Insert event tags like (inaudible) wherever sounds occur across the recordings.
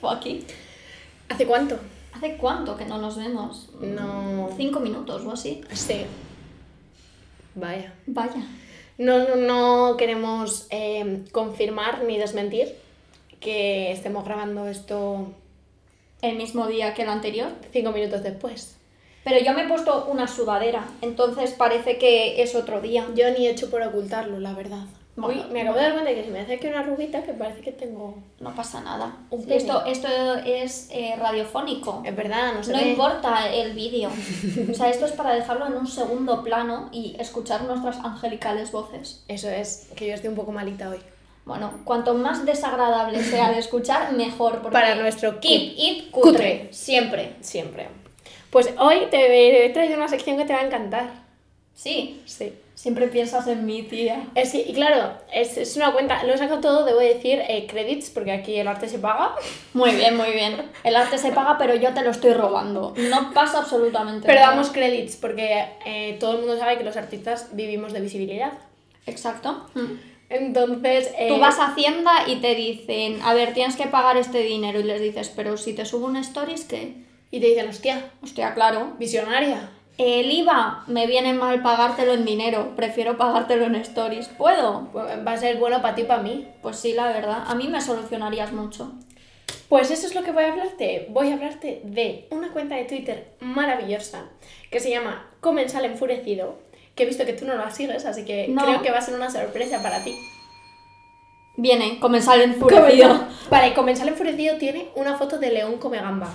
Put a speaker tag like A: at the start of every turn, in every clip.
A: Joaquín.
B: ¿Hace cuánto?
A: ¿Hace cuánto que no nos vemos?
B: No.
A: Cinco minutos o así.
B: Sí. Vaya.
A: Vaya.
B: No, no, no queremos eh, confirmar ni desmentir que estemos grabando esto
A: El mismo día que el anterior.
B: cinco minutos después.
A: Pero yo me he puesto una sudadera, entonces parece que es otro día.
B: Yo ni he hecho por ocultarlo, la verdad.
A: Bueno,
B: Uy, me acabo de dar cuenta que se me hace aquí una rubita que parece que tengo...
A: No pasa nada.
B: Un pene.
A: Esto, esto es eh, radiofónico.
B: Es verdad, no sé.
A: No importa el
B: (laughs)
A: vídeo. O sea, esto es para dejarlo en un segundo plano y escuchar nuestras angelicales voces.
B: Eso es, que yo estoy un poco malita hoy.
A: Bueno, cuanto más desagradable sea de escuchar, mejor. Porque
B: Para nuestro
A: keep
B: cu-
A: it
B: cutre.
A: cutre. Siempre.
B: Siempre. Pues hoy te he traído una sección que te va a encantar.
A: Sí.
B: Sí.
A: Siempre piensas en mí, tía.
B: Es que, y claro, es, es una cuenta, lo he sacado todo, debo decir, eh, credits, porque aquí el arte se paga,
A: Muy bien, muy bien. El arte se paga, pero yo te lo estoy robando. No pasa absolutamente
B: pero
A: nada.
B: damos credits porque eh, todo el mundo sabe que los artistas vivimos de visibilidad.
A: Exacto.
B: Entonces, eh,
A: Tú vas a Hacienda y te dicen, a ver, tienes que pagar este dinero. Y les dices, pero si te subo un stories, ¿qué?
B: y te dicen, hostia,
A: Hostia, claro.
B: visionaria.
A: El IVA me viene mal pagártelo en dinero. Prefiero pagártelo en stories. ¿Puedo?
B: Pues Va a ser bueno para ti y para mí.
A: Pues sí, la verdad. A mí me solucionarías mucho.
B: Pues eso es lo que voy a hablarte. Voy a hablarte de una cuenta de Twitter maravillosa que se llama Comensal Enfurecido, que he visto que tú no la sigues, así que
A: No.
B: creo que va a ser una sorpresa para ti.
A: Viene, comensal enfurecido.
B: Vale, Comensal Enfurecido tiene una foto de León come gamba.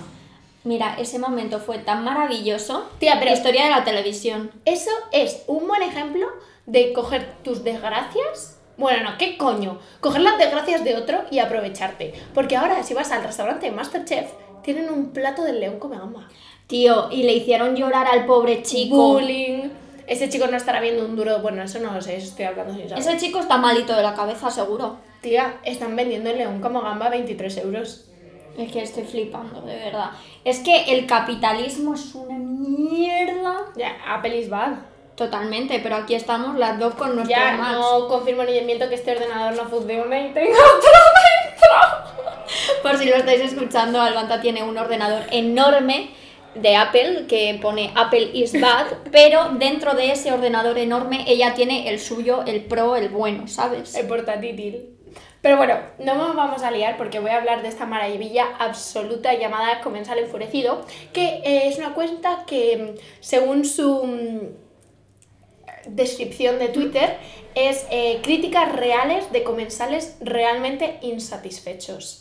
A: Mira, ese momento fue tan maravilloso.
B: Tía, pero-
A: Historia de la televisión.
B: Eso es un buen ejemplo de coger tus desgracias. Bueno, no, ¿qué coño? Coger las desgracias de otro y aprovecharte. Porque ahora, si vas al restaurante Masterchef, tienen un plato del león come gamba.
A: Tío, y le hicieron llorar al pobre chico.
B: Bullying. Ese chico no estará viendo un duro. Bueno, eso no lo sé, eso estoy hablando sin saber.
A: Ese chico está malito de la cabeza, seguro.
B: Tía, están vendiendo el león como gamba a 23 euros.
A: Es que estoy flipando, de verdad. Es que el capitalismo es una mierda.
B: Ya, Apple is bad.
A: Totalmente, pero aquí estamos las dos con nuestro
B: Ya,
A: Macs.
B: no confirmo ni miento que este ordenador no funcione y tengo...
A: Por si lo estáis escuchando, Alvanta tiene un ordenador enorme de Apple que pone Apple is bad, (laughs) pero dentro de ese ordenador enorme ella tiene el suyo, el pro, el bueno, ¿sabes?
B: El portátil. Pero bueno, no nos vamos a liar porque voy a hablar de esta maravilla absoluta llamada Comensal Enfurecido, que eh, es una cuenta que mm, según su mm, descripción de Twitter es eh, críticas reales de comensales realmente insatisfechos.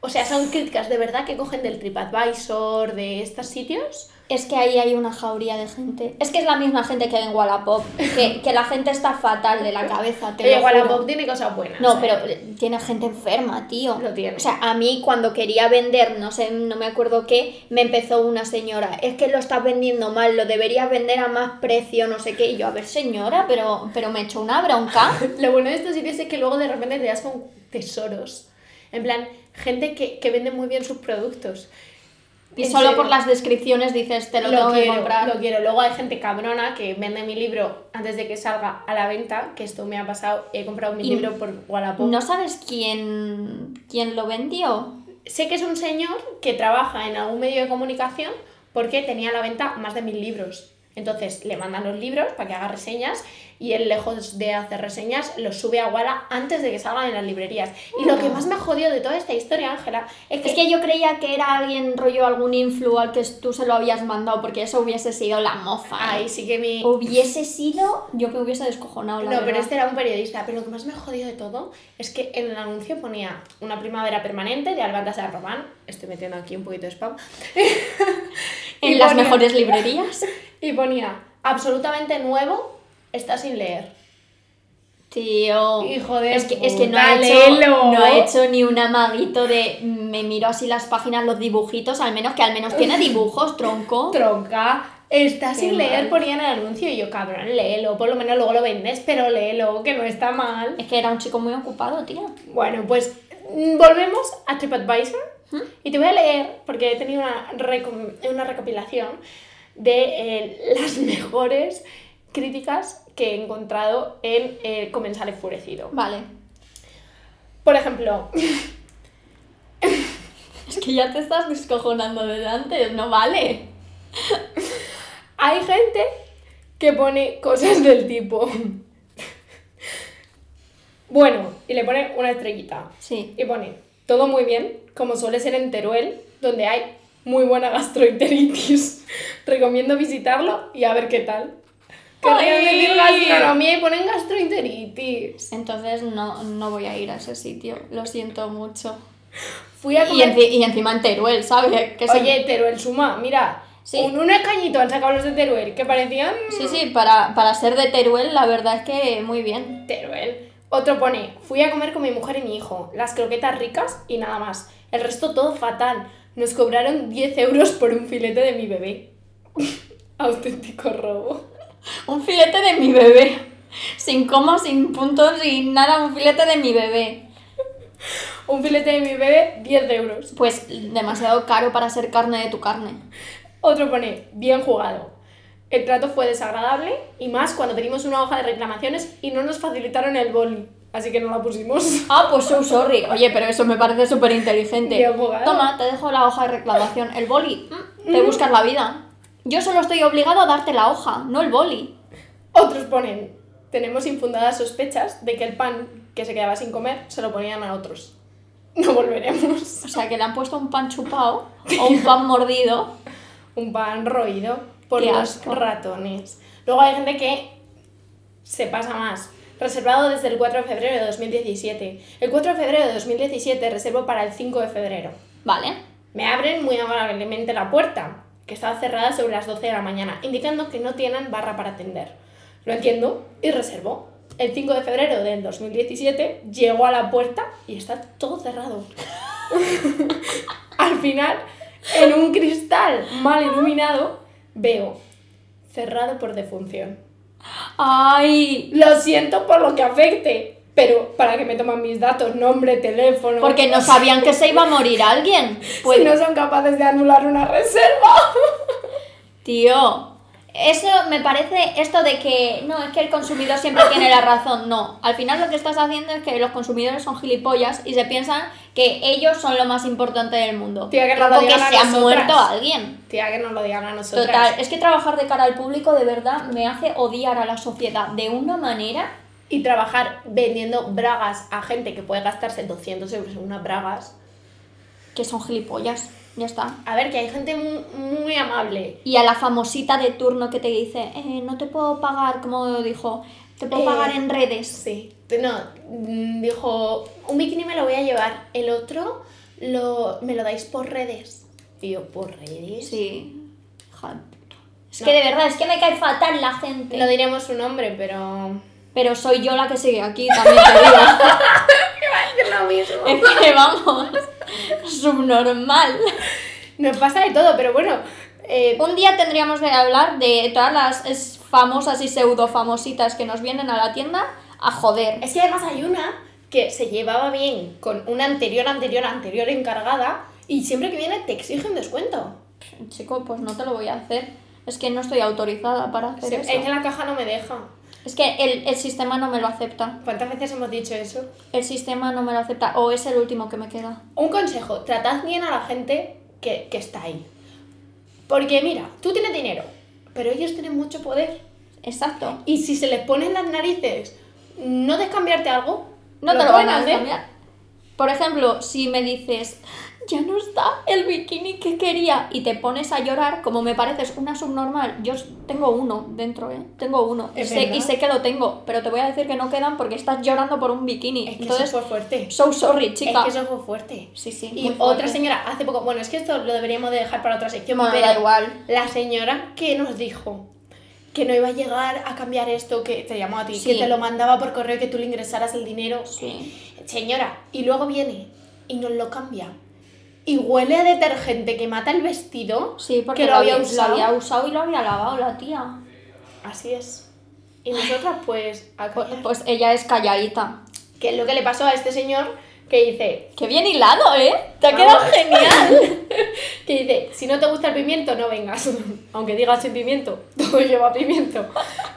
B: O sea, son críticas de verdad que cogen del TripAdvisor, de estos sitios.
A: Es que ahí hay una jauría de gente. Es que es la misma gente que hay en Wallapop, que, que la gente está fatal de la cabeza, te
B: Oye,
A: lo juro.
B: Wallapop tiene cosas buenas.
A: No,
B: ¿eh?
A: pero tiene gente enferma, tío.
B: Lo tiene.
A: O sea, a mí cuando quería vender, no sé, no me acuerdo qué, me empezó una señora. Es que lo estás vendiendo mal, lo deberías vender a más precio, no sé qué. Y yo, a ver, señora, pero, pero me echó una
B: (laughs)
A: bronca.
B: Lo bueno de estos sitios es que luego de repente te das con tesoros. En plan, gente que, que vende muy bien sus productos.
A: Y
B: En
A: solo
B: serio.
A: por las descripciones dices, te lo, tengo que
B: quiero,
A: comprar.
B: lo quiero. Luego hay gente cabrona que vende mi libro antes de que salga a la venta, que esto me ha pasado, he comprado mi
A: Y-
B: libro por Wallapop.
A: ¿No sabes quién, quién lo vendió?
B: Sé que es un señor que trabaja en algún medio de comunicación porque tenía a la venta más de mil libros. Entonces le mandan los libros para que haga reseñas y él, lejos de hacer reseñas, los sube a Walla antes de que salgan en las librerías. Y
A: Ah.
B: lo que más me ha jodido de toda esta historia, Ángela, es que
A: Es que yo creía que era alguien rollo, algún influ al que tú se lo habías mandado, porque eso hubiese sido la mofa. ¿eh?
B: Ay, sí que mi...
A: Hubiese sido, yo me hubiese descojonado. La
B: No,
A: verdad.
B: pero este era un periodista. Pero lo que más me ha jodido de todo es que en el anuncio ponía una primavera permanente de Alban de Román. Estoy metiendo aquí un poquito de spam.
A: En
B: Y
A: las
B: ponía- (laughs)
A: mejores librerías.
B: Y ponía, absolutamente nuevo, está sin leer.
A: Tío.
B: Hijo de
A: Es que, es que no,
B: puta,
A: ha hecho,
B: léelo.
A: no ha hecho ni un amaguito de. Me miro así las páginas, los dibujitos, al menos que al menos tiene dibujos, tronco.
B: Tronca, está
A: Qué
B: sin leer,
A: mal.
B: ponía en el anuncio. Y yo, cabrón, léelo. Por lo menos luego lo vendes, pero léelo, que no está mal.
A: Es que era un chico muy ocupado, tío.
B: Bueno, pues mm, volvemos a TripAdvisor y te voy a leer, porque he tenido una, recom- una recopilación de eh, las mejores críticas que he encontrado en eh, Comensal Enfurecido.
A: Vale.
B: Por ejemplo,
A: Es que ya te estás descojonando de antes, no vale.
B: Hay gente que pone cosas del tipo. (laughs) Bueno, y le pone una estrellita.
A: Sí.
B: Y pone todo muy bien, como suele ser en Teruel, donde hay muy buena gastroenteritis. (laughs) Recomiendo visitarlo y a ver qué tal. Querrían
A: ¡Ay!
B: decir gastronomía y ponen gastroenteritis.
A: Entonces no, no voy a ir a ese sitio, lo siento mucho.
B: Fui a
A: Y,
B: comer...
A: enci- y encima en Teruel, ¿sabes? Que se-
B: Oye, Teruel, suma, mira.
A: Sí.
B: Un, un escañito han sacado los de Teruel, que parecían...
A: Sí, sí, para, para ser de Teruel, la verdad es que muy bien.
B: Teruel. Otro pone, fui a comer con mi mujer y mi hijo, las croquetas ricas y nada más. El resto todo fatal. Nos cobraron 10 euros por un filete de mi bebé. (laughs) Auténtico robo.
A: Un filete de mi bebé. Sin coma, sin puntos, sin nada, un filete de mi bebé.
B: Un filete de mi bebé, 10 euros.
A: Pues demasiado caro para ser carne de tu carne.
B: Otro pone, bien jugado. El trato fue desagradable y más cuando teníamos una hoja de reclamaciones y no nos facilitaron el boli. Así que no la pusimos. (laughs)
A: Ah, pues so sorry. Oye, pero eso me parece súper inteligente.
B: Qué abogado.
A: Toma, te dejo la hoja de reclamación. El boli. Mm, Te buscas la vida. Yo solo estoy obligado a darte la hoja, no el boli.
B: Otros ponen, tenemos infundadas sospechas de que el pan que se quedaba sin comer se lo ponían a otros. No volveremos.
A: O sea, que le han puesto un pan chupado o un pan mordido.
B: un pan roído por
A: Qué
B: los
A: asco.
B: ratones. Luego hay gente que se pasa más. Reservado desde el 4 de febrero de 2017. El 4 de febrero de 2017 reservo para el 5 de febrero.
A: Vale.
B: Me abren muy amablemente la puerta, que estaba cerrada sobre las 12 de la mañana, indicando que no tienen barra para atender. Lo entiendo y reservo. El 5 de febrero del 2017 llego a la puerta y está todo cerrado. (laughs) Al final, en un cristal mal iluminado, veo cerrado por defunción.
A: Ay.
B: Lo siento por lo que afecte, pero para que me toman mis datos, nombre, teléfono.
A: Porque no sabían que se iba a morir alguien. Pues
B: si no son capaces de anular una reserva.
A: Tío, eso me parece esto de que no, es que el consumidor siempre tiene la razón. No, al final lo que estás haciendo es que los consumidores son gilipollas y se piensan que ellos son lo más importante del mundo.
B: Tía, que nos lo
A: Porque
B: digan a
A: se ha
B: nosotras.
A: muerto alguien.
B: Tía, que nos lo digan a nosotras.
A: Total, es que trabajar de cara al público de verdad me hace odiar a la sociedad de una manera.
B: Y trabajar vendiendo bragas a gente que puede gastarse 200 euros en unas bragas.
A: que son gilipollas. Ya está.
B: A ver, que hay gente mu- muy, amable.
A: Y a la famosita de turno que te dice, "Eh, no te puedo pagar, como dijo, te puedo
B: Eh,
A: pagar en redes.
B: Sí. No, mm, dijo, un bikini me lo voy a llevar, el otro lo, me lo dais por redes. Y yo, ¿por redes?
A: Sí. Hija de puta. Es
B: No.
A: que de verdad, es que me cae fatal la gente.
B: No diremos su nombre, pero...
A: Pero soy yo la que sigue aquí, también te digo. (laughs)
B: Es lo mismo.
A: es que vamos, subnormal.
B: Nos pasa de todo, pero bueno... eh,
A: Un día tendríamos que hablar de todas las es- famosas y pseudo famositas que nos vienen a la tienda a joder.
B: Es que además hay una que se llevaba bien con una anterior, anterior, anterior encargada y siempre que viene te exige un descuento.
A: Chico, pues no te lo voy a hacer. Es que no estoy autorizada para hacer
B: Sí,
A: eso.
B: Es que la caja no me deja.
A: Es que el, el sistema no me lo acepta.
B: ¿Cuántas veces hemos dicho eso?
A: El sistema no me lo acepta. O es el último que me queda.
B: Un consejo, tratad bien a la gente que, que está ahí. Porque mira, tú tienes dinero, pero ellos tienen mucho poder.
A: Exacto.
B: Y si se les ponen las narices, no descambiarte algo,
A: No te lo van a
B: pueden hacer.
A: cambiar. Por ejemplo, si me dices, ya no está el bikini que quería y te pones a llorar, como me pareces una subnormal, yo s- tengo uno dentro, ¿eh? Tengo uno. Y
B: Es
A: sé,
B: verdad.
A: y sé que lo tengo, pero te voy a decir que no quedan porque estás llorando por un bikini.
B: Es que
A: Entonces,
B: eso fue fuerte.
A: so sorry,
B: Es
A: chica.
B: que eso fue fuerte.
A: Sí, sí. muy
B: Y
A: fuerte.
B: otra señora hace poco, bueno, es que esto lo deberíamos de dejar para otra sección,
A: Bueno,
B: pero
A: da igual.
B: la señora que nos dijo que no iba a llegar a cambiar esto, que te llamó a ti,
A: Sí.
B: que te lo mandaba por correo, que tú le ingresaras el dinero,
A: Sí.
B: señora, y luego viene y nos lo cambia. Y huele a detergente que mata el vestido.
A: Sí, porque
B: que
A: lo había, lo había usado y lo había lavado la tía.
B: Así es. Y nosotras, pues, a
A: Pues,
B: callar.
A: pues ella es calladita.
B: que es lo que le pasó a este señor que dice,
A: Qué bien hilado, ¿eh? Te ha quedado
B: Vamos. (laughs)
A: genial.
B: que dice, si no te gusta el pimiento, no vengas. (laughs) Aunque digas sin pimiento, (laughs) todo lleva pimiento.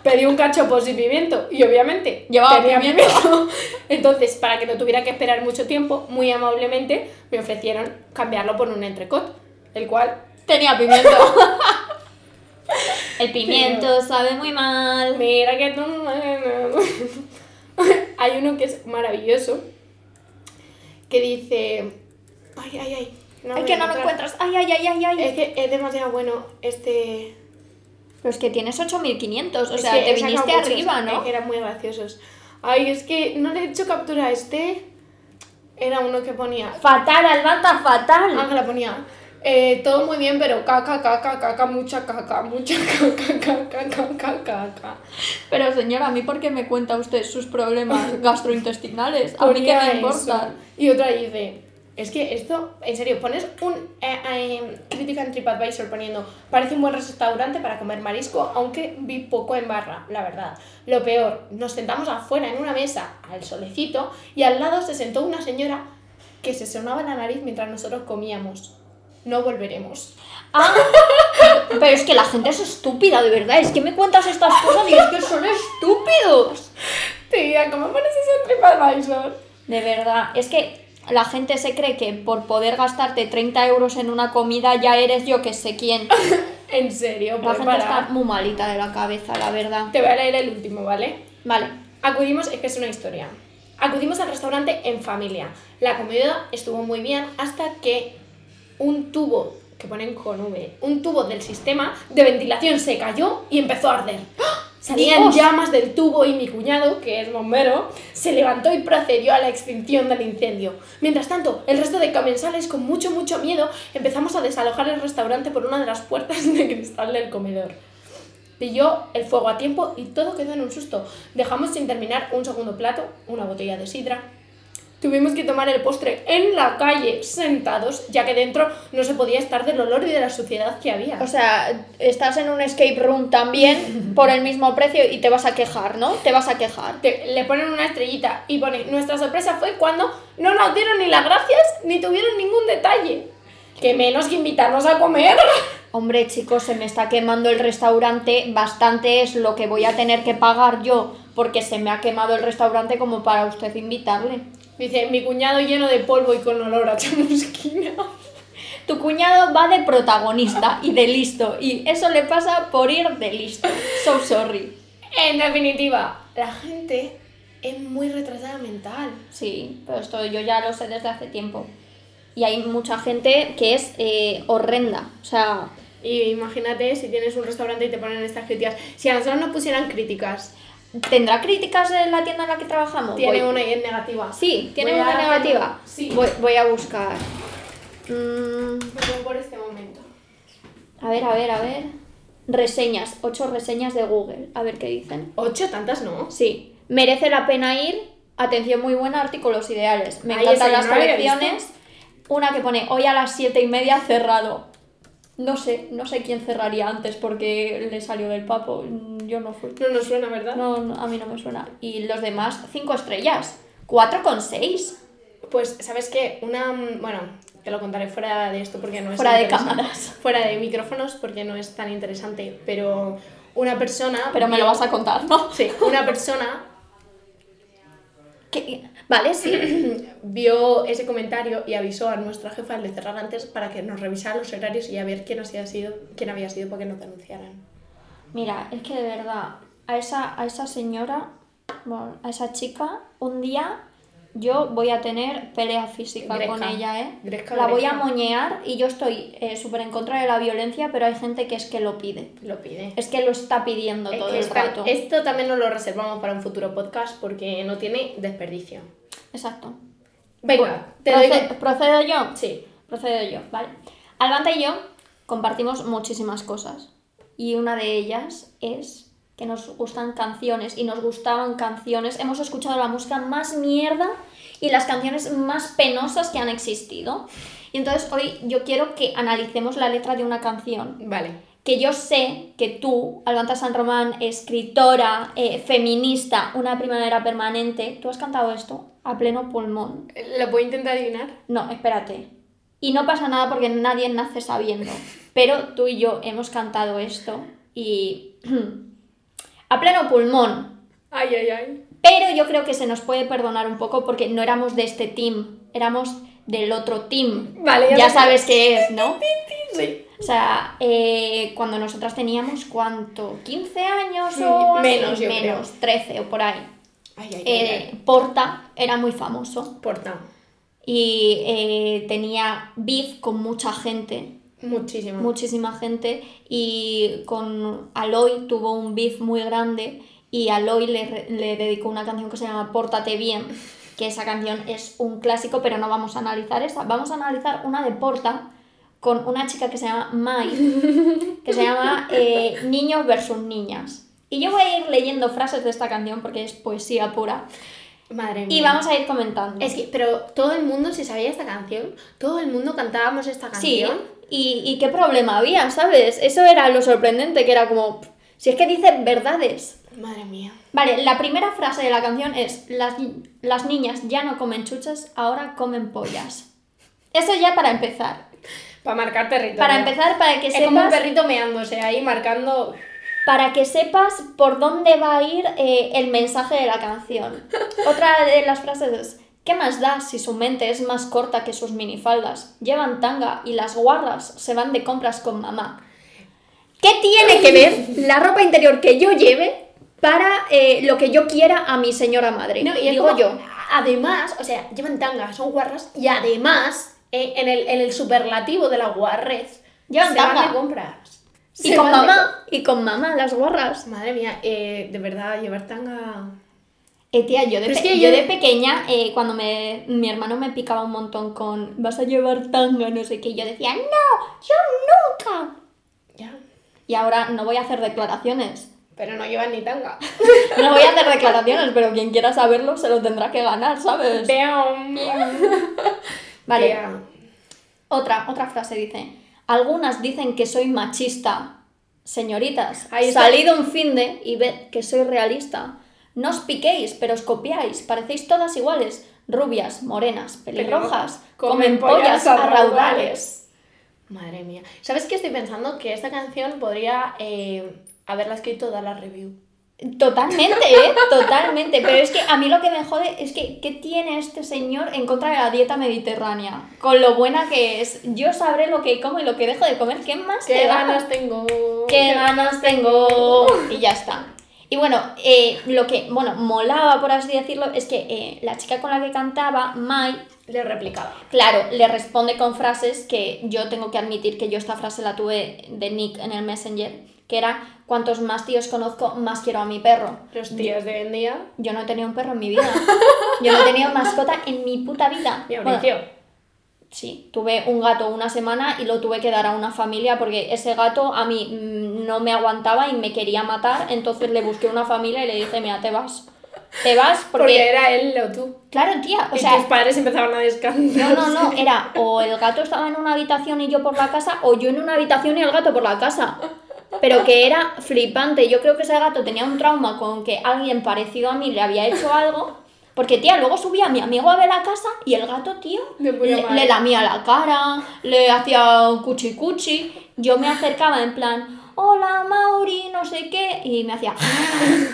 B: Pedí un cachopo sin pimiento y obviamente
A: Llevaba
B: tenía
A: pimiento.
B: (laughs) Entonces, para que no tuviera que esperar mucho tiempo, muy amablemente me ofrecieron cambiarlo por un entrecot, el cual
A: Tenía pimiento.
B: (laughs)
A: El pimiento sabe muy mal.
B: Mira que tú... (laughs) Hay uno que es maravilloso que dice... Ay, ay, ay. no
A: Ay,
B: voy
A: que
B: a
A: no lo
B: encontrar.
A: encuentras. Ay, ay, ay, ay, ay.
B: Es que es demasiado bueno este...
A: Pero es que tienes 8500, o
B: es
A: sea,
B: que
A: te
B: he sacado
A: viniste
B: muchos,
A: arriba,
B: es
A: ¿no?
B: que eran muy graciosos. Ay, es que no le he hecho captura a este. Era uno que ponía...
A: Fatal, Albata, fatal.
B: Ángela ponía... eh, todo muy bien, pero caca, caca, caca, mucha caca, mucha caca, caca, caca, caca.
A: Pero señora, ¿a mí por qué me cuenta usted sus
B: (laughs)
A: problemas gastrointestinales? ¿A mí qué
B: Ponía
A: me
B: eso. (laughs)
A: importa?
B: Y otra dice, es que esto, en serio, pones un eh, eh, crítica en TripAdvisor poniendo, parece un buen restaurante para comer marisco, aunque vi poco en barra, la verdad. Lo peor, nos sentamos afuera en una mesa al solecito y al lado se sentó una señora que se sonaba la nariz mientras nosotros comíamos. No volveremos.
A: Ah, pero es que la gente es estúpida, de verdad. Es que me cuentas estas cosas y es que son estúpidos.
B: (laughs) Tía, ¿cómo pones eso en TripAdvisor?
A: De verdad, es que la gente se cree que por poder gastarte 30 euros en una comida ya eres yo que sé (laughs) quién.
B: En serio,
A: La
B: por
A: gente está
B: parar.
A: muy malita de la cabeza, la verdad.
B: Te voy a leer el último, ¿vale?
A: Vale,
B: Acudimos, es que es una historia. Acudimos al restaurante en familia. La comida estuvo muy bien hasta que un tubo, que ponen con V, un tubo del sistema de ventilación se cayó y empezó a arder. ¡Ah! Salían
A: Dios.
B: llamas del tubo y mi cuñado, que es bombero, se levantó y procedió a la extinción del incendio. Mientras tanto, el resto de comensales, con mucho, mucho miedo, empezamos a desalojar el restaurante por una de las puertas de cristal del comedor. Pilló el fuego a tiempo y todo quedó en un susto. Dejamos sin terminar un segundo plato, una botella de sidra. Tuvimos que tomar el postre en la calle, sentados, ya que dentro no se podía estar del olor y de la suciedad que había.
A: O sea, estás en un escape room (laughs) también por el mismo precio y te vas a quejar, ¿no? Te vas a quejar.
B: Te- le ponen una estrellita y pone, nuestra sorpresa fue cuando no nos dieron ni las gracias ni tuvieron ningún detalle. Que menos que invitarnos a comer. (laughs)
A: Hombre, chicos, se me está quemando el restaurante. Bastante es lo que voy a tener que pagar yo porque se me ha quemado el restaurante como para usted invitarle.
B: Dice, mi cuñado lleno de polvo y con olor a chamusquina.
A: Tu cuñado va de protagonista y de listo. Y eso le pasa por ir de listo. So sorry.
B: En definitiva, la gente es muy retrasada mental.
A: Sí, pero esto yo ya lo sé desde hace tiempo. Y hay mucha gente que es eh, horrenda. O sea,
B: Y imagínate si tienes un restaurante y te ponen estas críticas. Si a nosotros nos pusieran críticas,
A: ¿tendrá críticas en la tienda en la que trabajamos?
B: tiene
A: Voy-
B: una y es negativa.
A: Sí, tiene
B: Voy
A: una
B: a-
A: negativa.
B: Sí.
A: Voy, voy a buscar. Mm,
B: Perdón por este momento.
A: a ver, a ver, a ver. Reseñas, ocho reseñas de Google. A ver qué dicen.
B: Ocho, tantas no.
A: Sí, merece la pena ir. Atención muy buena, artículos ideales. Me
B: Ay,
A: encantan
B: ese
A: las
B: no lo había
A: colecciones. Una que pone hoy a las siete y media cerrado. No sé, no sé quién cerraría antes porque le salió del papo. Mm, Yo no fui.
B: No nos suena, ¿verdad?
A: No, no, a mí no me suena. Y los demás, cinco estrellas. 4,6.
B: Pues, ¿sabes qué? Una. mm, Bueno, te lo contaré fuera de esto porque no es.
A: Fuera de
B: Pues interesante.
A: cámaras.
B: Fuera de micrófonos porque no es tan interesante. Pero una persona.
A: Pero me lo vas a contar, ¿no?
B: Sí, una persona
A: ¿Qué? Vale, sí.
B: (clears throat) vio ese comentario y avisó a nuestra jefa al de cerrar antes para que nos revisara los horarios y a ver quién, había sido, quién había sido para que nos denunciaran.
A: Mira, es que de verdad, a esa, a esa señora, bueno, a esa chica, un día yo voy a tener pelea física
B: Gresca.
A: con ella, ¿eh?
B: Gresca,
A: la voy a
B: gresca.
A: moñear y yo estoy eh, súper en contra de la violencia, pero hay gente que es que lo pide.
B: Lo pide.
A: Es que lo está pidiendo todo el
B: Eh, Esta-
A: rato.
B: Esto también nos lo reservamos para un futuro podcast porque no tiene desperdicio.
A: Exacto.
B: Venga, te doy...
A: Proce- ¿Procedo yo?
B: Sí.
A: Procedo yo, ¿vale? Albanta y yo compartimos muchísimas cosas. Y una de ellas es que nos gustan canciones y nos gustaban canciones. Hemos escuchado la música más mierda y las canciones más penosas que han existido. Y entonces hoy yo quiero que analicemos la letra de una canción
B: Vale.
A: que yo sé que tú, Alvanta San Román, escritora, eh, feminista, una primavera permanente, tú has cantado esto a pleno pulmón.
B: ¿Lo puedo intentar adivinar?
A: No, espérate. Y no pasa nada porque nadie nace sabiendo. Pero tú y yo hemos cantado esto y... (clears throat) a pleno pulmón.
B: Ay, ay, ay.
A: Pero yo creo que se nos puede perdonar un poco porque no éramos de este team, éramos del otro team.
B: Vale,
A: ya
B: lo sé.
A: sabes qué es, ¿no?
B: Sí.
A: O sea, eh, cuando nosotras teníamos, ¿cuánto? ¿15 años o
B: Mm,
A: así?
B: menos, yo
A: menos 13 o por ahí.
B: Ay, ay, ay,
A: Eh, Porta era muy famoso
B: ay. Porta.
A: y eh, tenía beef con mucha gente,
B: Muchísimo.
A: muchísima gente, y con Aloy tuvo un beef muy grande y Aloy le, re- le dedicó una canción que se llama Pórtate bien, que esa canción es un clásico, pero no vamos a analizar esa, vamos a analizar una de Porta con una chica que se llama Mai, que se llama eh, Niños versus Niñas. Y yo voy a ir leyendo frases de esta canción porque es poesía pura.
B: Madre mía.
A: Y vamos a ir comentando.
B: Es que, pero todo el mundo se sabía esta canción. Todo el mundo cantábamos esta
A: Sí,
B: canción.
A: y, y qué problema había, ¿sabes? Eso era lo sorprendente, que era como, pff, si es que dice verdades.
B: Madre mía.
A: Vale, la primera frase de la canción es, las, ni- las niñas ya no comen chuches, ahora comen pollas. Eso ya para empezar.
B: Para marcar territorio.
A: Para empezar, para que
B: Es como un
A: sepas,
B: perrito meándose ahí marcando.
A: para que sepas por dónde va a ir eh, el mensaje de la
B: (laughs)
A: canción. Otra de las frases es, ¿qué más da si su mente es más corta que sus minifaldas? Llevan tanga y las guarras se van de compras con mamá. ¿Qué tiene que ver la ropa interior que yo lleve para eh, lo que yo quiera a mi señora madre?
B: No, y es
A: Digo
B: como-
A: yo.
B: Además, o sea, llevan tangas, son guarras. Y además, eh, en, el, en el superlativo de la guarrez,
A: Llevan
B: se van
A: tanga.
B: de compras.
A: Y
B: Se
A: con
B: van de
A: mamá, y con mamá, las guarras.
B: com- Madre mía, eh, de verdad, llevar tanga.
A: Eh, tía, yo de,
B: Pero es
A: pe-
B: que
A: yo
B: yo-
A: de pequeña, eh, cuando me, mi hermano me picaba un montón con vas a llevar tanga, no sé qué, yo decía, no, yo nunca.
B: Ya.
A: Y ahora no voy a hacer declaraciones.
B: Pero no llevan ni (laughs) tanga.
A: No voy a hacer declaraciones, pero quien quiera saberlo se lo tendrá que ganar, ¿sabes?
B: Vean.
A: Vale, otra, otra frase dice, algunas dicen que soy machista. Señoritas,
B: Ahí está.
A: salid un fin de y ved que soy realista. No os piquéis, pero os copiáis, parecéis todas iguales, rubias, morenas, pelirrojas, comen pollas a raudales.
B: Madre mía. ¿Sabes qué estoy pensando? Que esta canción podría eh, haberla escrito Dala Review.
A: Totalmente, ¿eh? Totalmente. Pero es que a mí lo que me jode es que, ¿qué tiene este señor en contra de la dieta mediterránea? Con lo buena que es. Yo sabré lo que como y lo que dejo de comer. ¿Qué más
B: ¡Qué
A: te da?
B: ganas tengo!
A: ¡Qué ganas tengo! Y ya está. Y bueno, eh, lo que, bueno, molaba, por así decirlo, es que eh, la chica con la que cantaba, Mai,
B: Le replicaba.
A: Claro, le responde con frases que yo tengo que admitir que yo esta frase la tuve de Nick en el Messenger, que era, cuantos más tíos conozco, más quiero a mi perro.
B: Los tíos de hoy en día.
A: Yo no he tenido un perro en mi vida. Yo no he tenido mascota en mi puta (laughs) vida.
B: Y
A: Bueno,
B: Mauricio.
A: sí, tuve un gato una semana y lo tuve que dar a una familia porque ese gato a mí mm, no me aguantaba y me quería matar, entonces le busqué una familia y le dije, mira, te vas. Te vas porque...
B: porque... era él o tú.
A: Claro, tía, o
B: y
A: sea...
B: tus padres empezaban a descansar.
A: No, no, no, era o el gato estaba en una habitación y yo por la casa, o yo en una habitación y el gato por la casa. Pero que era flipante. Yo creo que ese gato tenía un trauma con que alguien parecido a mí le había hecho algo. Porque, tía, luego subía a mi amigo a ver la casa y el gato, tío,
B: Me voy a
A: le,
B: mal.
A: le lamía la cara, le hacía un cuchi cuchi. Yo me acercaba en plan, hola Mauri, no sé qué, y me hacía.
B: (laughs)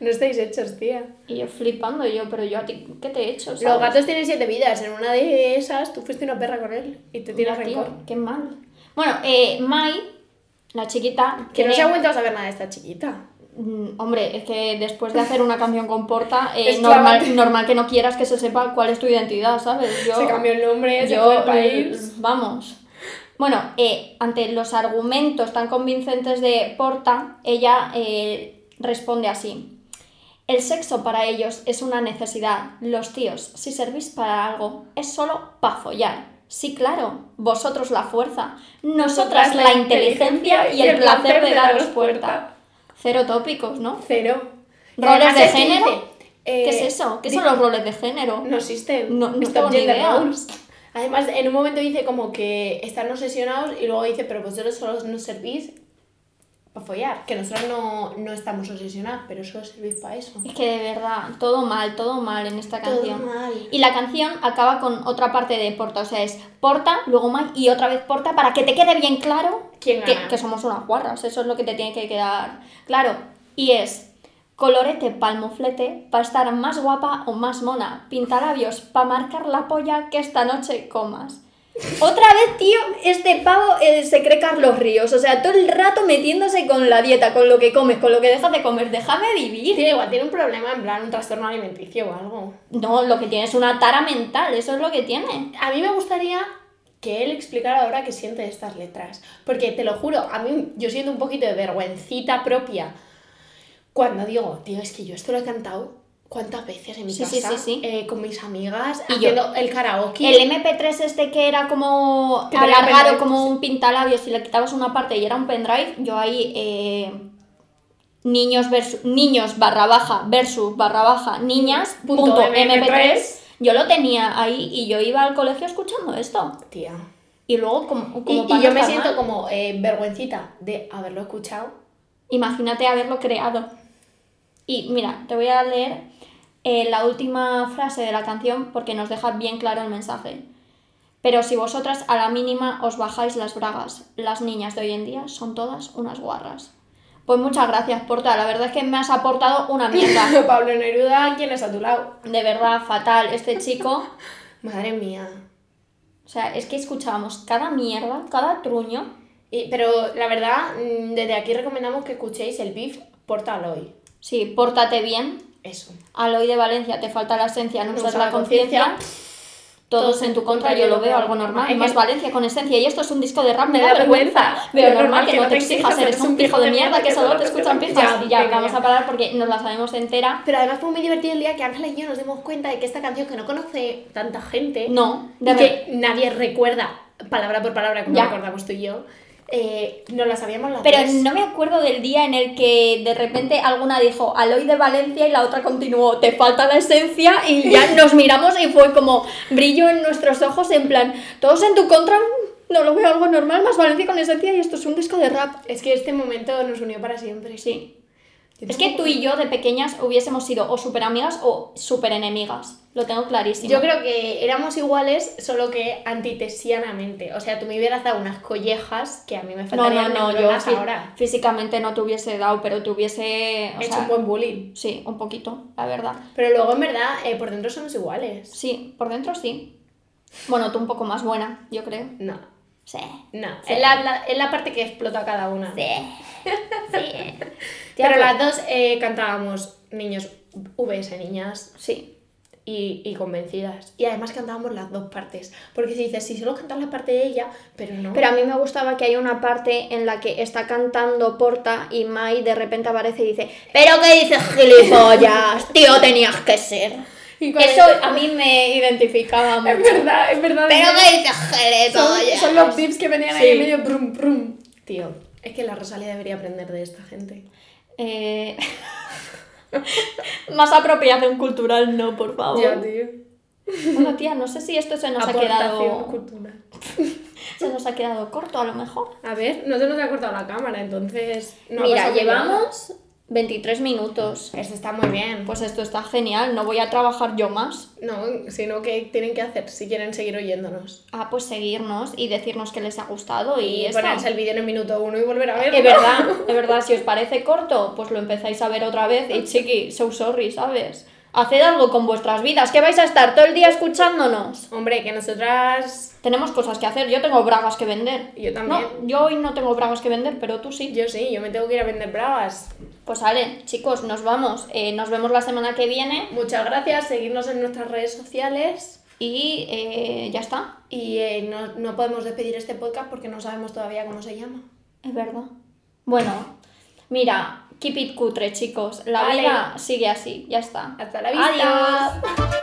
B: No estáis hechos, tía.
A: Y yo flipando, y yo, pero yo a ti, ¿qué te he hecho?
B: Los
A: sabes?".
B: gatos tienen siete vidas. En una de esas, tú fuiste una perra con él. Y te tiras
A: Ya, tío,
B: rencor.
A: qué mal. Bueno, eh, Mai, la chiquita,
B: Que no
A: tiene-
B: se ha vuelto a saber nada de esta chiquita.
A: Mm, Hombre, es que después de hacer una canción con Porta, eh,
B: (laughs) Es
A: normal,
B: clavante.
A: normal que no quieras que se sepa cuál es tu identidad, ¿sabes? Yo,
B: Se cambió el nombre, se
A: yo,
B: fue al país.
A: eh, Vamos. Bueno, eh, ante los argumentos tan convincentes de Porta, ella eh, responde así. El sexo para ellos es una necesidad. Los tíos, si servís para algo, es solo para follar. Sí, claro, vosotros la fuerza, nosotras la inteligencia y el placer de daros puerta. Cero tópicos, ¿no?
B: Cero.
A: ¿Roles
B: Además,
A: de
B: es que
A: género?
B: dice, eh,
A: ¿Qué es eso? ¿Qué
B: di-
A: son los roles de género?
B: No existen.
A: No- no
B: Stop
A: tengo ni
B: gender
A: idea.
B: roles. Además, en un momento dice como que están obsesionados y luego dice, pero vosotros solo nos servís para follar, que nosotros no, no estamos obsesionados, pero solo servís para eso.
A: Es que de verdad, todo mal, todo mal en esta
B: Todo
A: canción.
B: mal.
A: Y la canción acaba con otra parte de Porta, o sea, es Porta, luego Mike y otra vez Porta, para que te quede bien claro
B: ¿Quién
A: que,
B: gana?
A: que somos unas guarras, eso es lo que te tiene que quedar claro. Y es colorete palmoflete para estar más guapa o más mona, pintalabios para marcar la polla que esta noche comas. Otra vez, tío, este pavo eh, se cree Carlos Ríos, o sea, todo el rato metiéndose con la dieta, con lo que comes, con lo que dejas de comer, déjame vivir.
B: Tiene igual, tiene un problema en plan un trastorno alimenticio o algo.
A: No, lo que tiene es una tara mental, eso es lo que tiene.
B: A mí me gustaría que él explicara ahora qué siente de estas letras. Porque te lo juro, a mí yo siento un poquito de vergüencita propia cuando digo, tío, es que yo esto lo he cantado cuántas veces en mi
A: Sí,
B: casa
A: sí, sí, sí.
B: eh, con mis amigas,
A: Y yo.
B: haciendo el karaoke.
A: El MP3 este que era como
B: Que traía
A: alargado,
B: pendrive,
A: como
B: sí.
A: un pintalabios, y le quitabas una parte y era un pendrive, yo ahí... eh, niños, versus, niños barra baja versus barra baja niñas
B: Punto
A: punto
B: MP3.
A: MP3. Yo lo tenía ahí y yo iba al colegio escuchando esto.
B: Tía.
A: Y luego como...
B: Y,
A: como
B: y
A: para
B: yo
A: no
B: me
A: estar
B: siento
A: mal,
B: como eh, vergüencita de haberlo escuchado. (laughs)
A: Imagínate haberlo creado. Y mira, te voy a leer eh, la última frase de la canción porque nos deja bien claro el mensaje. Pero si vosotras a la mínima os bajáis las bragas, las niñas de hoy en día son todas unas guarras. Pues muchas gracias, Porta. La verdad es que me has aportado una mierda.
B: (laughs) Pablo Neruda, ¿quién es a tu lado?
A: De verdad, fatal. Este chico.
B: Madre mía.
A: O sea, es que escuchábamos cada mierda, cada truño.
B: Y- pero la verdad, mm, desde aquí recomendamos que escuchéis el beef Portal hoy.
A: Sí, pórtate bien.
B: Eso.
A: Aloy de Valencia, te falta la esencia, no
B: No
A: usas
B: usa
A: la
B: Pues la
A: conciencia.
B: conciencia.
A: Todos en tu contra, yo lo veo algo normal.
B: Es
A: más
B: que-
A: Valencia con esencia, y esto es un disco de rap,
B: Me da vergüenza.
A: Veo
B: Pero
A: normal que no te exijas, eres un pijo de mierda que solo te escuchan pijas.
B: Ya,
A: Y ya,
B: venga,
A: vamos
B: ya.
A: a parar porque nos la sabemos entera.
B: Pero además fue muy divertido el día que Ángela y yo nos dimos cuenta de que esta canción que no conoce tanta gente
A: No,
B: y
A: de ver-
B: que nadie recuerda palabra por palabra como
A: Ya.
B: recordamos tú y yo, eh, no la sabíamos las
A: Pero
B: tres.
A: no me acuerdo del día en el que de repente alguna dijo Aloy de Valencia y la otra continuó, te falta la esencia y (laughs) ya nos miramos y fue como brillo en nuestros ojos en plan, todos en tu contra, no lo veo algo normal, más Valencia con esencia y esto es un disco de rap.
B: Es que este momento nos unió para siempre.
A: Sí.
B: Yo
A: Es que
B: tampoco-
A: tú y yo de pequeñas hubiésemos sido o súper amigas o súper enemigas. Lo tengo clarísimo.
B: Yo creo que éramos iguales, solo que antitesianamente. O sea, tú me hubieras dado unas collejas que a mí me
A: no, no,
B: faltarían
A: no, yo
B: neuronas
A: fí-
B: ahora.
A: físicamente no te hubiese dado, pero te hubiese... o
B: He hecho
A: sea,
B: un buen bullying.
A: Sí, un poquito, la verdad.
B: Pero luego, en verdad, eh, por dentro somos iguales.
A: Sí, por dentro sí. Bueno, tú un poco más buena, yo creo.
B: No,
A: Sí.
B: no.
A: Sí.
B: Es, la, la- es la parte que explota a cada una. (laughs)
A: Sí. Sí.
B: Pero las dos eh, cantábamos niños VS niñas
A: Sí.
B: y, y convencidas. Y además cantábamos las dos partes. Porque si dices, si solo cantas la parte de ella, pero no.
A: Pero a mí me gustaba que hay una parte en la que está cantando Porta y Mai de repente aparece y dice, pero qué dices gilipollas, tío tenías que ser.
B: Y con
A: Eso
B: el-
A: a mí me identificaba
B: (laughs) es
A: mucho.
B: verdad, es verdad.
A: Pero
B: es
A: qué dices
B: son,
A: gilipollas.
B: son los tips que venían
A: Sí.
B: ahí en medio brum brum. Tío, es que la Rosalía debería aprender de esta gente.
A: Eh, (laughs) Más apropiación cultural no, por favor.
B: tío.
A: Bueno, tía, no sé si esto se nos ha
B: Aportación
A: quedado
B: cultural.
A: se nos ha quedado corto a lo mejor.
B: A ver, no se nos ha cortado la cámara, entonces. no pues ha
A: Mira,
B: pasado nada.
A: llevamos 23 minutos.
B: Esto está muy bien.
A: Pues esto está genial, no voy a trabajar yo más.
B: No, sino que tienen que hacer si quieren seguir oyéndonos.
A: Ah, pues seguirnos y decirnos que les ha gustado y,
B: Y
A: esto.
B: ponerse el vídeo en el minuto uno y volver a verlo.
A: Es verdad, es verdad, si os parece corto, pues lo empezáis a ver otra vez y chiqui, so sorry, ¿sabes? Haced algo con vuestras vidas, que vais a estar todo el día escuchándonos.
B: (laughs) Hombre, que nosotras.
A: Tenemos cosas que hacer, yo tengo bragas que vender.
B: Yo también.
A: No, yo hoy no tengo bragas que vender, pero tú sí.
B: Yo sí, yo me tengo que ir a vender bravas.
A: Pues vale, chicos, nos vamos. Eh, nos vemos la semana que viene
B: Muchas gracias, seguirnos en nuestras redes sociales.
A: y eh, ya está.
B: Y eh, no, no podemos despedir este podcast porque no sabemos todavía cómo se llama.
A: Es verdad. Bueno, mira, keep it cutre, chicos. La
B: Vale.
A: vida sigue así, ya está.
B: Hasta la vista.
A: Adiós.